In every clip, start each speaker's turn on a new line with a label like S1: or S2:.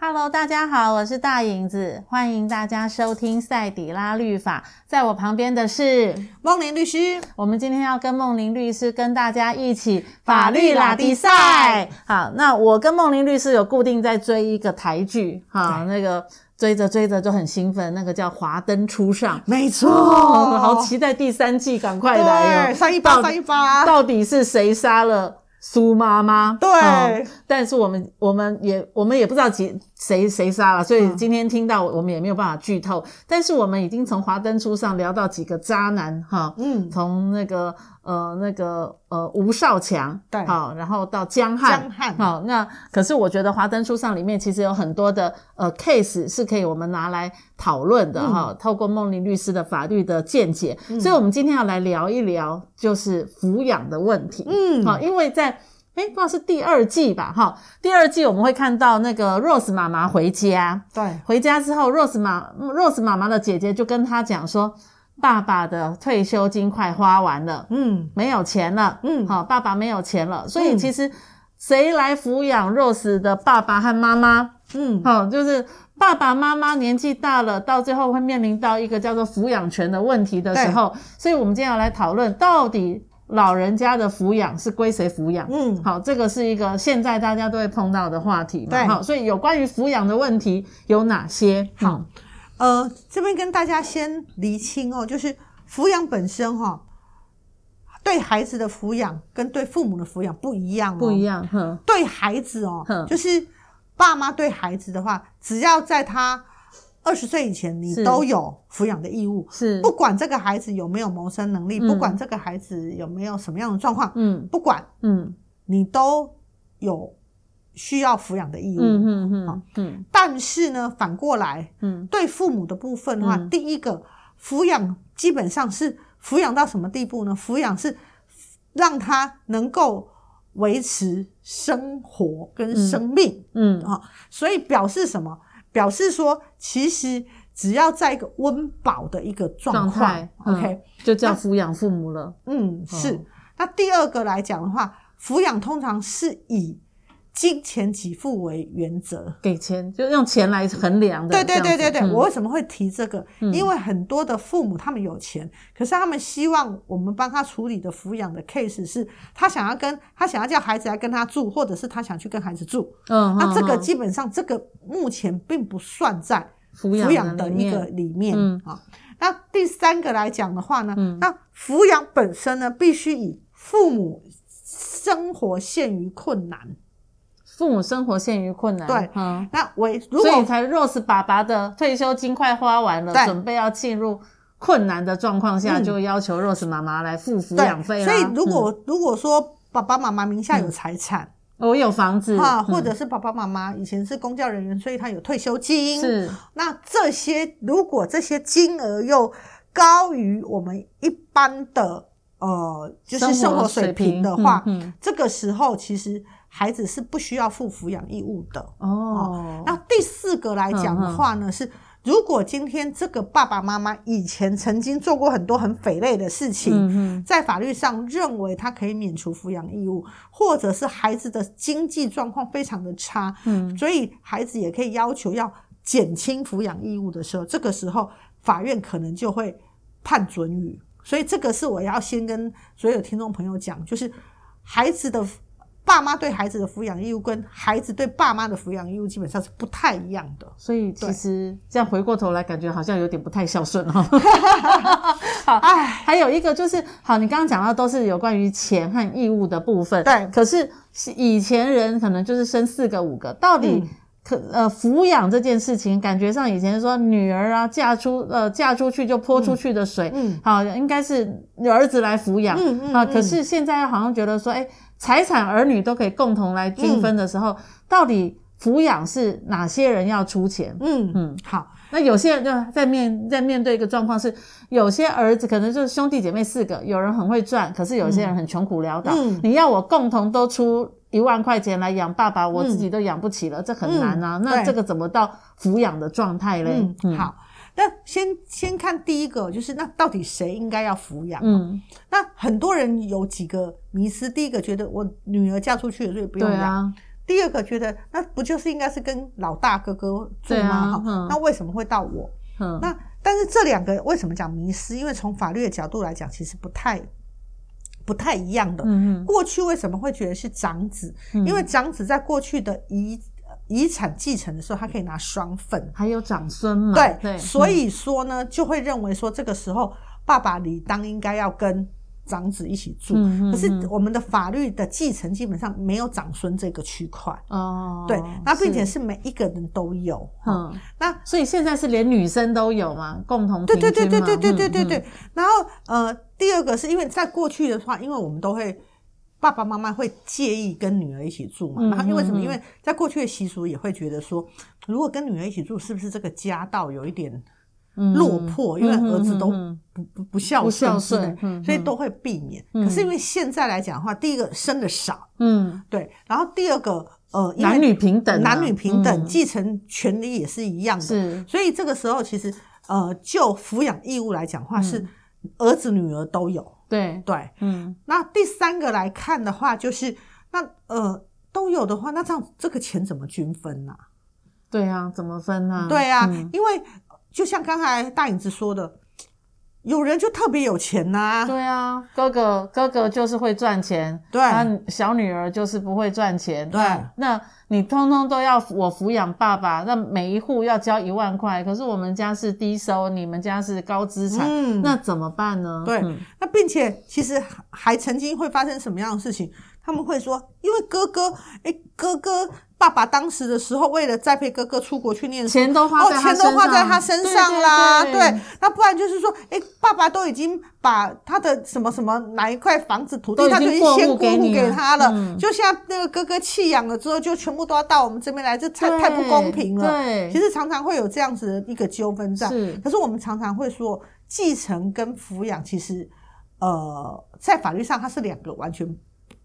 S1: Hello，大家好，我是大影子，欢迎大家收听赛底拉律法。在我旁边的是，
S2: 梦玲律师，
S1: 我们今天要跟梦玲律师跟大家一起
S2: 法律拉力赛。
S1: 好，那我跟梦玲律师有固定在追一个台剧，哈，那个追着追着就很兴奋，那个叫《华灯初上》。
S2: 没错
S1: 哦，好期待第三季赶快来
S2: 对，
S1: 哦！
S2: 三一八
S1: 到
S2: 三一八，
S1: 到底是谁杀了苏妈妈？
S2: 对
S1: 嗯但是我们我们也我们也不知道几谁谁杀了，所
S2: 嗯
S1: 以今天听到我们也没有办法剧透。但是我们已经从华灯初上聊到几个渣男哈，
S2: 嗯，
S1: 从那个呃那个呃吴少强
S2: 对
S1: 好，然后到江汉
S2: 江汉
S1: 好，那可是我觉得华灯初上里面其实有很多的呃 case 是可以我们拿来讨论的
S2: 嗯
S1: 哈、透过梦玲律师的法律的见解，所以我们今天要来聊一聊就是抚养的问题，
S2: 嗯
S1: 好，因为在。哎，不知道是第二季吧，哈，第二季我们会看到那个 Rose 妈妈回家，
S2: 对，
S1: 回家之后，Rose 妈 Rose 妈妈的姐姐就跟她讲说，爸爸的退休金快花完了，
S2: 嗯，
S1: 没有钱了，
S2: 嗯
S1: 好，爸爸没有钱了，所以
S2: 嗯
S1: 其实谁来抚养 Rose 的爸爸和妈妈？
S2: 嗯，
S1: 好，就是爸爸妈妈年纪大了，到最后会面临到一个叫做抚养权的问题的时候，所以我们今天要来讨论到底。老人家的抚养是归谁抚养？
S2: 嗯
S1: 好，这个是一个现在大家都会碰到的话题嘛。
S2: 对嗯
S1: 好，所以有关于抚养的问题有哪些？好，
S2: 呃，这边跟大家先厘清哦，就是抚养本身哈、对孩子的抚养跟对父母的抚养不一样、哦，
S1: 不一。样，哼，
S2: 对孩子哦
S1: 哼，
S2: 就是爸妈对孩子的话，只要在他二十岁以前，你
S1: 是
S2: 都有抚养的义务。
S1: 是，
S2: 不管这个孩子有没有谋生能力，
S1: 嗯
S2: 不管这个孩子有没有什么样的状况，
S1: 嗯
S2: 不管
S1: 嗯
S2: 你都有需要抚养的义
S1: 嗯
S2: 务。
S1: 嗯嗯嗯
S2: 但是呢，反过来
S1: 嗯，
S2: 对父母的部分的话，
S1: 嗯
S2: 第一个抚养基本上是抚养到什么地步呢？抚养是让他能够维持生活跟生命
S1: 嗯
S2: 啊、所以表示什么？表示说，其实只要在一个温饱的一个状
S1: 状
S2: 况
S1: 态、嗯
S2: o k
S1: 就叫抚养父母了，
S2: 嗯，是。
S1: 哦
S2: 那第二个来讲的话，抚养通常是以金钱给付为原则。
S1: 给钱就用钱来衡量的。
S2: 对对对
S1: 这样
S2: 对
S1: 子
S2: 对，我为什么会提这个？
S1: 嗯
S2: 因为很多的父母他们有钱，可是他们希望我们帮他处理的抚养的 case 是，他想要跟他想要叫孩子来跟他住，或者是他想去跟孩子住。
S1: 嗯，
S2: 那
S1: 哼
S2: 这个
S1: 哼
S2: 基本上这个目前并不算在
S1: 抚
S2: 抚养
S1: 的
S2: 的
S1: 里
S2: 一
S1: 面
S2: 个里面
S1: 嗯
S2: 啊、那第三个来讲的话呢，
S1: 嗯
S2: 那抚养本身呢，必须以父母生活陷于困难，
S1: 父母生活陷于困难，
S2: 对
S1: 嗯。
S2: 那为如
S1: 所以
S2: 果
S1: 才 Rose 爸爸的退休金快花完了，
S2: 对
S1: 准备要进入困难的状况下，
S2: 嗯
S1: 就要求 Rose 妈妈来付抚养费
S2: 对，
S1: 啦。
S2: 所以如
S1: 嗯
S2: 果、如果说爸爸妈妈名下有财产、
S1: 我有房子
S2: 啊，
S1: 嗯
S2: 或者是爸爸妈妈以前是公教人员，所以他有退休金，
S1: 嗯是
S2: 那这些如果这些金额又高于我们一般的呃，就是生活水平的话，
S1: 嗯嗯
S2: 这个时候其实孩子是不需要负抚养义务的。
S1: 哦，嗯
S2: 那第四个来讲的话呢，是如果今天这个爸爸妈妈以前曾经做过很多很匪类的事情。
S1: 嗯
S2: 在法律上认为他可以免除抚养义务，或者是孩子的经济状况非常的差，
S1: 嗯
S2: 所以孩子也可以要求要减轻抚养义务的时候，这个时候法院可能就会判准予。所以这个是我要先跟所有听众朋友讲，就是孩子的爸妈对孩子的抚养义务跟孩子对爸妈的抚养义务基本上是不太一样的。
S1: 所以其
S2: 对
S1: 实这样回过头来，感觉好像有点不太孝顺哦。好，
S2: 哎，
S1: 还有一个就是，好，你刚刚讲到都是有关于钱和义务的部分，
S2: 对
S1: 可是以前人可能就是生四个五个，到底
S2: 嗯
S1: 可、呃抚养这件事情，感觉上以前说女儿啊嫁出呃嫁出去就泼出去的水，
S2: 嗯
S1: 好应该是儿子来抚养，
S2: 嗯嗯
S1: 啊，
S2: 嗯
S1: 可是现在好像觉得说，哎，财产儿女都可以共同来均分的时
S2: 嗯
S1: 候，到底抚养是哪些人要出钱？
S2: 嗯
S1: 嗯
S2: 嗯，好，
S1: 那有些人就在面在面对一个状况是，有些儿子可能就是兄弟姐妹四个，有人很会赚，可是有些人很穷苦潦倒。
S2: 嗯
S1: 你要我共同都出一万块钱来养爸爸，我自己都养不起了，这很难啊。
S2: 嗯
S1: 那
S2: 对
S1: 这个怎么到抚养的状态嘞？
S2: 嗯，好。那先先看第一个，就是那到底谁应该要抚养？
S1: 嗯，
S2: 那很多人有几个迷思，第一个觉得我女儿嫁出去了，所以不用
S1: 对
S2: 养。
S1: 啊，
S2: 第二个觉得那不就是应该是跟老大哥哥住
S1: 对啊
S2: 吗？哈、
S1: 嗯
S2: 那为什么会到我？
S1: 嗯，
S2: 那但是这两个为什么讲迷失？因为从法律的角度来讲，其实不太不太一样的。
S1: 嗯
S2: 过去为什么会觉得是长子？
S1: 嗯
S2: 因为长子在过去的遗呃遗产继承的时候，他可以拿双份。
S1: 还有长孙嘛，
S2: 对，
S1: 嗯对，
S2: 所以说呢，就会认为说这个时候爸爸理当应该要跟长子一起住。
S1: 嗯嗯
S2: 可是
S1: 嗯
S2: 我们的法律的继承基本上没有长孙这个区块。
S1: 哦，
S2: 对，那并且
S1: 是
S2: 是每一个人都有。嗯，
S1: 嗯，
S2: 那
S1: 所以现在是连女生都有嘛，共同
S2: 对对对
S1: 平均
S2: 对
S1: 嘛
S2: 对对对对
S1: 嗯
S2: 对。然后呃，第二个是因为在过去的话，因为我们都会爸爸妈妈会介意跟女儿一起住嘛。
S1: 嗯
S2: 然后因为什么？
S1: 嗯嗯
S2: 因为在过去的习俗也会觉得说，如果跟女儿一起住，是不是这个家道有一点
S1: 嗯
S2: 落魄？因为儿子都
S1: 嗯嗯嗯
S2: 不不不孝
S1: 不孝
S2: 顺之类
S1: 顺嗯
S2: 所以
S1: 嗯
S2: 都会避免。可是因为现在来讲的话，第一个生的少，
S1: 嗯，
S2: 对，然后第二个呃，因为
S1: 男女平等啊，
S2: 男女平等，
S1: 嗯
S2: 继承权利也是一样的。
S1: 是
S2: 所以这个时候其实呃，就抚养义务来讲话，
S1: 嗯
S2: 是儿子女儿都有。
S1: 对，
S2: 对，
S1: 嗯
S2: 那第三个来看的话，就是那呃都有的话，那这样这个钱怎么均分呢、
S1: 对啊，怎么分啊？
S2: 对啊，
S1: 嗯
S2: 因为就像刚才大影子说的，有人就特别有钱呐、
S1: 对啊，哥哥哥哥就是会赚钱，
S2: 对
S1: 他小女儿就是不会赚钱，
S2: 对
S1: 那你通通都要我抚养爸爸，那每一户要交一万块，可是我们家是低收，你们家是高资产，
S2: 嗯
S1: 那怎么办呢？
S2: 对
S1: 嗯，
S2: 那并且其实还还曾经会发生什么样的事情？他们会说，因为哥哥，诶，哥哥，爸爸当时的时候，为了栽培哥哥出国去念书，
S1: 钱都花
S2: 哦
S1: 在，他
S2: 钱都花在他身上啦，
S1: 对
S2: 对。那不然就是说，诶，爸爸都已经把他的什么什么哪一块房子土
S1: 都
S2: 地，
S1: 已
S2: 他
S1: 经
S2: 就已
S1: 过
S2: 经先
S1: 户
S2: 过
S1: 给
S2: 户
S1: 你
S2: 给
S1: 了
S2: 他了。
S1: 嗯
S2: 就像那个哥哥弃养了之后，就全部都要到我们这边来，这太
S1: 对
S2: 太不公平了。
S1: 对
S2: 其实常常会有这样子的一个纠纷在。
S1: 是
S2: 可是我们常常会说，继承跟抚养其实，呃，在法律上它是两个完全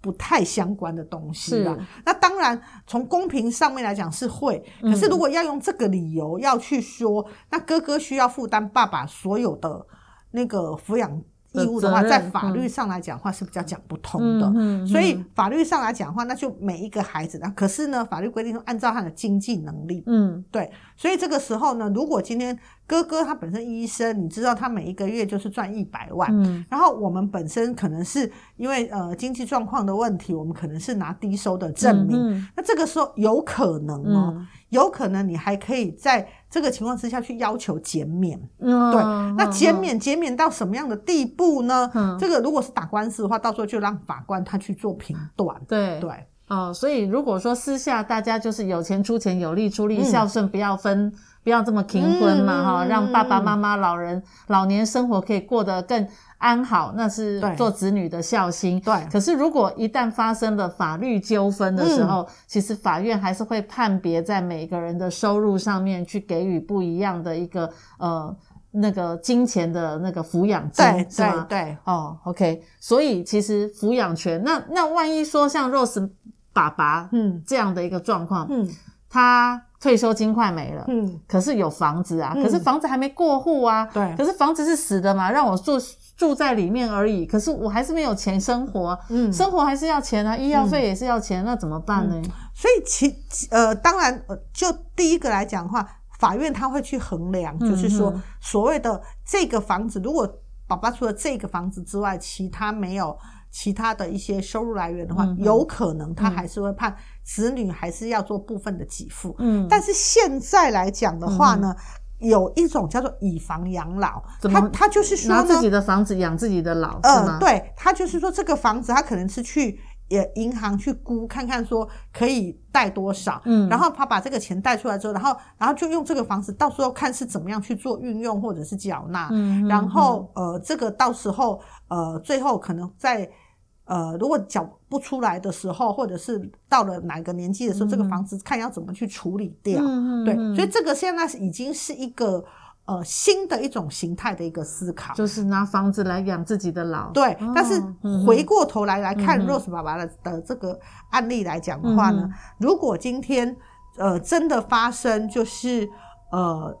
S2: 不太相关的东西啦
S1: 是。
S2: 那当然，从公平上面来讲是会，
S1: 嗯
S2: 可是如果要用这个理由要去说，那哥哥需要负担爸爸所有的那个抚养。义务的话，
S1: 的责任
S2: 在法律上来讲的话是比较讲不通的，
S1: 嗯嗯嗯
S2: 所以法律上来讲的话，那就每一个孩子，那可是呢，法律规定说按照他的经济能力，
S1: 嗯，
S2: 对，所以这个时候呢，如果今天哥哥他本身医生，你知道他每一个月就是赚一百万，
S1: 嗯
S2: 然后我们本身可能是因为呃经济状况的问题，我们可能是拿低收的证明，
S1: 嗯嗯嗯
S2: 那这个时候有可能哦，有可能你还可以在这个情况之下去要求减免，
S1: 嗯
S2: 对，
S1: 嗯
S2: 那减
S1: 嗯
S2: 免减免到什么样的地步呢？
S1: 嗯
S2: 这个如果是打官司的话，到时候就让法官他去做评断，
S1: 嗯对
S2: 对。
S1: 哦，所以如果说私下大家就是有钱出钱，有力出力，
S2: 嗯
S1: 孝顺不要分，不要这么贫困嘛
S2: 嗯
S1: 哈、
S2: 嗯
S1: 让爸爸妈妈、老人、老年生活可以过得更安好，那是
S2: 对
S1: 做子女的孝心。
S2: 对
S1: 可是如果一旦发生了法律纠纷的时候，
S2: 嗯
S1: 其实法院还是会判别在每个人的收入上面去给予不一样的一个呃那个金钱的那个抚养金，
S2: 对
S1: 是吗
S2: 对？对，
S1: 哦，OK，所以其实抚养权，那那万一说像 Rose 爸爸
S2: 嗯
S1: 这样的一个状况，
S2: 嗯
S1: 他退休金快没了。
S2: 嗯，
S1: 可是有房子啊，
S2: 嗯
S1: 可是房子还没过户啊。
S2: 对
S1: 可是房子是死的嘛，让我住住在里面而已。可是我还是没有钱生活，
S2: 嗯
S1: 生活还是要钱啊，医药费也是要钱，那怎么办呢？
S2: 所以其其呃，当然呃，就第一个来讲的话，法院他会去衡量，
S1: 嗯
S2: 就是说所谓的这个房子，如果爸爸除了这个房子之外，其他没有其他的一些收入来源的话，
S1: 嗯
S2: 有可能他还是会判子女还是要做部分的给付。
S1: 嗯，
S2: 但是现在来讲的话呢，有一种叫做以房养老，
S1: 怎
S2: 他
S1: 么
S2: 他就是说
S1: 拿自
S2: 呢，
S1: 己的房子养自己的老，是
S2: 呃，
S1: 吗？
S2: 对，他就是说这个房子他可能是去也银行去估看看说可以贷多少，
S1: 嗯
S2: 然后他把这个钱贷出来之后，然后然后就用这个房子到时候看是怎么样去做运用或者是缴纳，
S1: 嗯嗯
S2: 然后呃这个到时候呃最后可能在。呃，如果缴不出来的时候，或者是到了哪个年纪的时候，这个房子看要怎么去处理掉。
S1: 嗯嗯
S2: 对，
S1: 嗯
S2: 所以这个现在是已经是一个呃新的一种形态的一个思考。
S1: 就是拿房子来养自己的老。
S2: 对
S1: 哦，
S2: 但是
S1: 嗯
S2: 回过头来来看 Rose 爸爸的的这个案例来讲的话
S1: 嗯
S2: 呢，如果今天呃真的发生，就是呃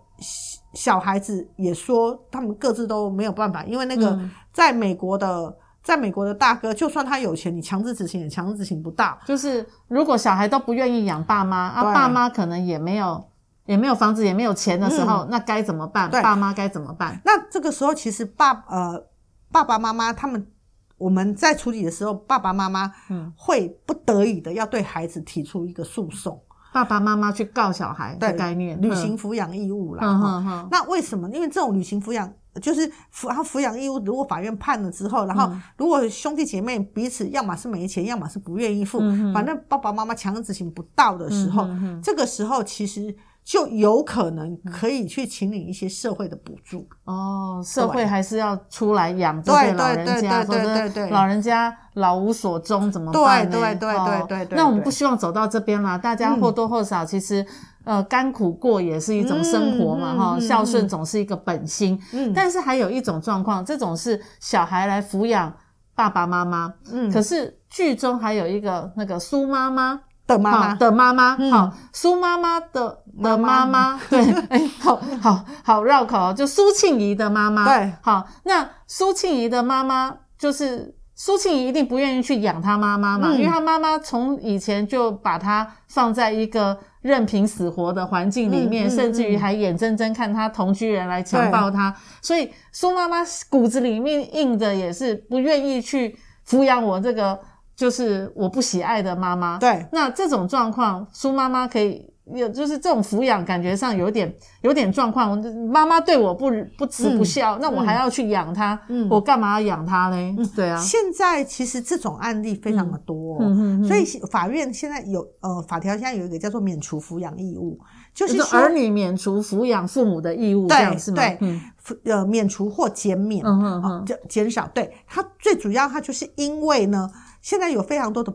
S1: 嗯
S2: 小小孩子也说他们各自都没有办法，因为那个在美国的在美国的大哥，就算他有钱，你强制执行也强制执行不到。
S1: 就是如果小孩都不愿意养爸妈啊，
S2: 对
S1: 爸妈可能也没有也没有房子，也没有钱的时候，那该怎么办？
S2: 嗯对
S1: 爸妈该怎么办？
S2: 那这个时候，其实爸呃爸爸妈妈他们我们在处理的时候，爸爸妈妈
S1: 嗯
S2: 会不得已的要对孩子提出一个诉讼，
S1: 爸爸妈妈去告小孩的
S2: 对
S1: 概念，
S2: 履行抚养义务啦。
S1: 嗯
S2: 哈
S1: 哼哼
S2: 那为什么？因为这种履行抚养就是抚他抚养义务，如果法院判了之后，然后
S1: 嗯
S2: 如果兄弟姐妹彼此要么是没钱，要么是不愿意付，
S1: 嗯
S2: 反正爸爸妈妈强制执行不到的时候，这个时候其实就有可能
S1: 嗯
S2: 可以去请领一些社会的补助。
S1: 哦，社会还是要出来养这对
S2: 对
S1: 老
S2: 对
S1: 人
S2: 对
S1: 家，
S2: 对
S1: 否
S2: 对对
S1: 则
S2: 对
S1: 老人家老无所终怎么办呢？
S2: 对对对
S1: 哦
S2: 对对嗯对
S1: 那我们
S2: 对
S1: 不希望走到这边啦，大家或多或少其实。呃，甘苦过也是一种生活嘛，
S2: 嗯
S1: 哈、
S2: 嗯嗯
S1: 孝顺总是一个本心。
S2: 嗯
S1: 但是还有一种状况，这种是小孩来抚养爸爸妈妈。
S2: 嗯
S1: 可是剧中还有一个那个苏妈妈，
S2: 的妈
S1: 好
S2: 妈，
S1: 的妈妈，
S2: 嗯
S1: 好，苏妈妈的的
S2: 妈
S1: 妈
S2: 妈
S1: 妈，对，哎，好好好绕口哦，就苏庆怡的妈妈，
S2: 对，
S1: 好，那苏庆怡的妈妈就是。苏庆怡一定不愿意去养她妈妈嘛，
S2: 嗯
S1: 因为她妈妈从以前就把她放在一个任凭死活的环境里面，
S2: 嗯嗯
S1: 甚至于还眼睁睁看她同居人来强暴她，所以苏妈妈骨子里面硬的也是不愿意去抚养我这个就是我不喜爱的妈妈。
S2: 对，
S1: 那这种状况，苏妈妈可以有，就是这种抚养感觉上有点有点状况。我妈妈对我不不慈不孝，那我还要去养她，
S2: 嗯
S1: 我干嘛要养她嘞？对啊，
S2: 现在其实这种案例非常的多哦、
S1: 嗯嗯嗯嗯
S2: 所以法院现在有呃法条现在有一个叫做免除抚养义务，就
S1: 就是是
S2: 说
S1: 儿女免除抚养父母的义务，这样
S2: 对
S1: 是吗？
S2: 对、
S1: 嗯
S2: 抚呃免除或减免，
S1: 嗯嗯
S2: 啊
S1: 嗯
S2: 就减少。对它最主要，它就是因为呢，现在有非常多的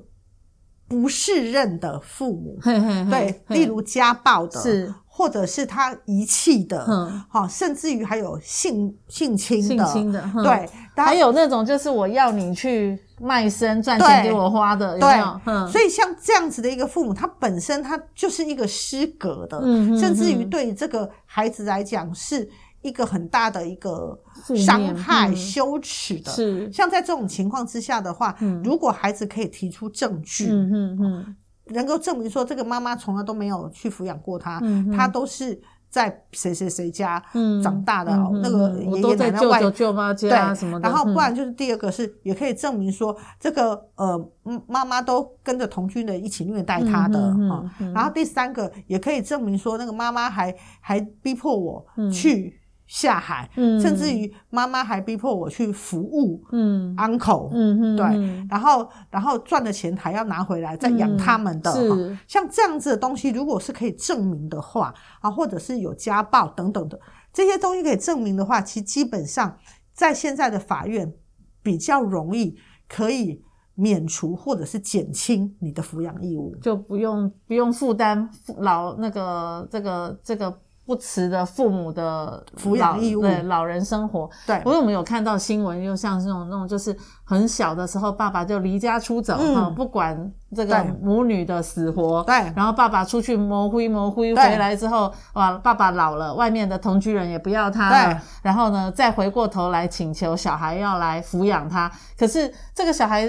S2: 不适任的父母，
S1: 嘿嘿嘿，
S2: 对，
S1: 嘿
S2: 例如家暴的，
S1: 嗯是
S2: 或者是他遗弃的，
S1: 嗯
S2: 好、甚至于还有性性侵
S1: 性
S2: 的，
S1: 侵的，哼
S2: 对，
S1: 嗯还
S2: 有。
S1: 有那种就是我要你去卖身赚钱
S2: 对
S1: 给我花的，有没有？
S2: 对，
S1: 嗯，
S2: 所以像这样子的一个父母，他本身他就是一个失格的，
S1: 嗯嗯
S2: 甚至于对这个孩子来讲是一个很大的一个
S1: 负面
S2: 伤害、
S1: 嗯
S2: 羞耻的。
S1: 是，
S2: 像在这种情况之下的话，如果孩子可以提出证据，
S1: 嗯嗯嗯，
S2: 能够证明说这个妈妈从来都没有去抚养过他，
S1: 嗯
S2: 他都是在谁谁谁家
S1: 嗯
S2: 长大的，哦
S1: 嗯嗯
S2: 那个
S1: 嗯我
S2: 爷
S1: 都
S2: 爷
S1: 在
S2: 奶奶
S1: 舅
S2: 外
S1: 舅舅妈
S2: 对，
S1: 家啊什么的，
S2: 然后
S1: 嗯
S2: 不然就是第二个是，也可以证明说这个呃嗯妈妈都跟着同居人一起虐待他的啊、
S1: 嗯嗯
S2: 哦
S1: 嗯
S2: 然后第三个也可以证明说那个妈妈还还逼迫我去下海，
S1: 嗯
S2: 甚至于妈妈还逼迫我去服务
S1: 嗯
S2: uncle、
S1: 嗯嗯，
S2: 对
S1: 嗯，
S2: 然后然后赚的钱还要拿回来再养他们的，
S1: 嗯
S2: 哈
S1: 是
S2: 像这样子的东西，如果是可以证明的话啊，或者是有家暴等等的这些东西可以证明的话，其实基本上在现在的法院比较容易可以免除或者是减轻你的抚养义务。
S1: 就不用不用负担父老那个这个这个不辞的父母的
S2: 抚养
S1: 老
S2: 义务
S1: 对老人生活。
S2: 对
S1: 不过我们有看到新闻，就像这种那种就是很小的时候，爸爸就离家出走哈、
S2: 嗯
S1: 不管这个
S2: 对
S1: 母女的死活。
S2: 对
S1: 然后爸爸出去磨灰磨灰，
S2: 对
S1: 回来之后，哇，爸爸老了，外面的同居人也不要他了
S2: 对。
S1: 然后呢，再回过头来请求小孩要来抚养他。可是这个小孩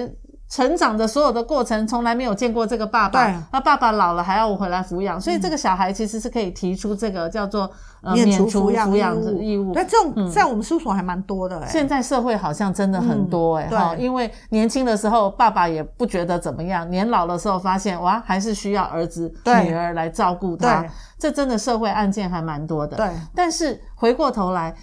S1: 成长的所有的过程，从来没有见过这个爸
S2: 对嗯
S1: 爸。那爸爸老了还要我回来抚养，所以这个小孩其实是可以提出这个叫做、呃、免
S2: 除
S1: 除
S2: 抚养
S1: 抚养
S2: 义务，
S1: 义务
S2: 那。这种在我们事务所还蛮多的哎、
S1: 现在社会好像真的很多哎、
S2: 嗯
S1: 欸
S2: 对
S1: 哈、因为年轻的时候爸爸也不觉得怎么样，年老的时候发现哇，还是需要儿子
S2: 对
S1: 女儿来照顾他
S2: 对，
S1: 这真的社会案件还蛮多的。
S2: 对
S1: 但是回过头来，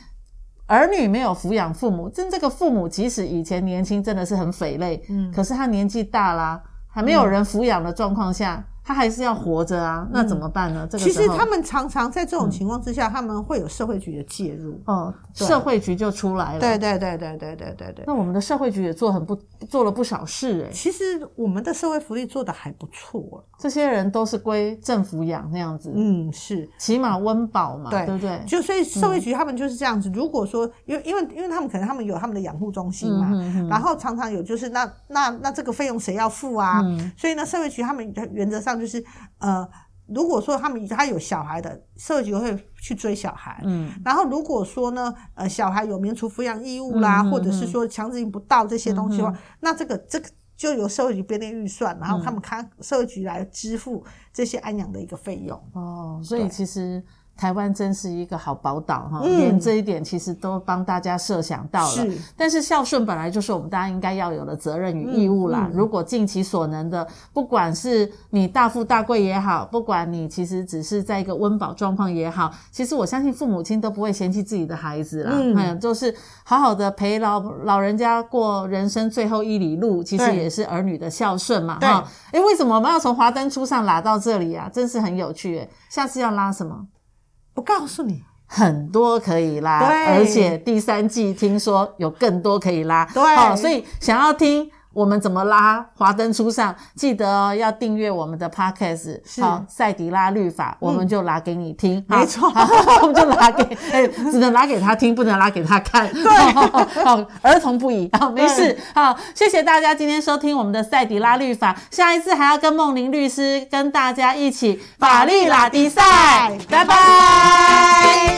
S1: 儿女没有抚养父母，真这个父母即使以前年轻真的是很匪类，嗯，可是他年纪大啦，还没有人抚养的状况下，他还是要活着啊，那怎么办呢？这个
S2: 嗯其实
S1: 时候
S2: 他们常常在这种情况之下，他们会有社会局的介入。
S1: 哦，
S2: 对
S1: 社会局就出来了。
S2: 对，对对对对对对对。
S1: 那我们的社会局也做很不做了不少事哎、
S2: 其实我们的社会福利做的还不错、
S1: 这些人都是归政府养那样子，
S2: 嗯，是
S1: 起码温饱嘛，
S2: 对
S1: 不对？
S2: 就所以社
S1: 嗯
S2: 会局他们就是这样子。如果说，因为因为因为他们可能他们有他们的养护中心
S1: 嗯
S2: 嘛，然后常常有就是那
S1: 嗯
S2: 那那这个费用谁要付啊？所以呢，社会局他们原则上就是呃。如果说他们他有小孩的，社会局会去追小孩。
S1: 嗯，
S2: 然后如果说呢，呃，小孩有免除抚养义务啦，
S1: 嗯哼嗯
S2: 或者是说强制性不到这些东西的话，那这个这个就由社会局编定预算，然后他们看社会局来支付这些安养的一个费用。
S1: 哦，所以
S2: 对
S1: 其实台湾真是一个好宝岛哈，
S2: 嗯
S1: 连这一点其实都帮大家设想到了。
S2: 是
S1: 但是孝顺本来就是我们大家应该要有的责任与义务啦。
S2: 嗯嗯
S1: 如果尽其所能的，不管是你大富大贵也好，不管你其实只是在一个温饱状况也好，其实我相信父母亲都不会嫌弃自己的孩子啦。
S2: 嗯
S1: 嗯，就是好好的陪老老人家过人生最后一里路，其实
S2: 对
S1: 也是儿女的孝顺嘛。
S2: 对
S1: 哈，哎，为什么我们要从华灯初上拉到这里啊？真是很有趣诶。下次要拉什么？
S2: 不告诉你，
S1: 很多可以拉，
S2: 对
S1: 而且第三季听说有更多可以拉，
S2: 对
S1: 哦，所以想要听。我们怎么拉华灯初上？记得哦，要订阅我们的 podcast，
S2: 是嗯
S1: 好、赛迪拉律法，我们就拉给你听，好
S2: 没错
S1: 好 我们就拉给， 哎、只能拉给他听，不能拉给他看，对， 好，儿童不宜，好，没事，好，谢谢大家今天收听我们的赛迪拉律法，下一次还要跟梦玲律师跟大家一起法律拉迪赛，拜拜